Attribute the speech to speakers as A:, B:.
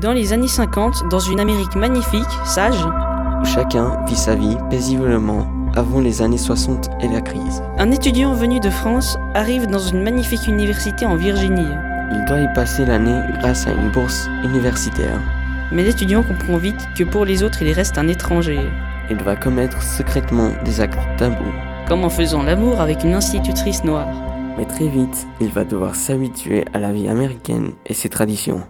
A: Dans les années 50, dans une Amérique magnifique, sage,
B: où chacun vit sa vie paisiblement avant les années 60 et la crise.
A: un étudiant venu de France arrive dans une magnifique université en Virginie.
B: Il doit y passer l'année grâce à une bourse universitaire.
A: Mais l'étudiant comprend vite que pour les autres, il reste un étranger.
B: Il va commettre secrètement des actes tabous.
A: Comme en faisant l'amour avec une institutrice noire.
B: Mais très vite, il va devoir s'habituer à la vie américaine et ses traditions.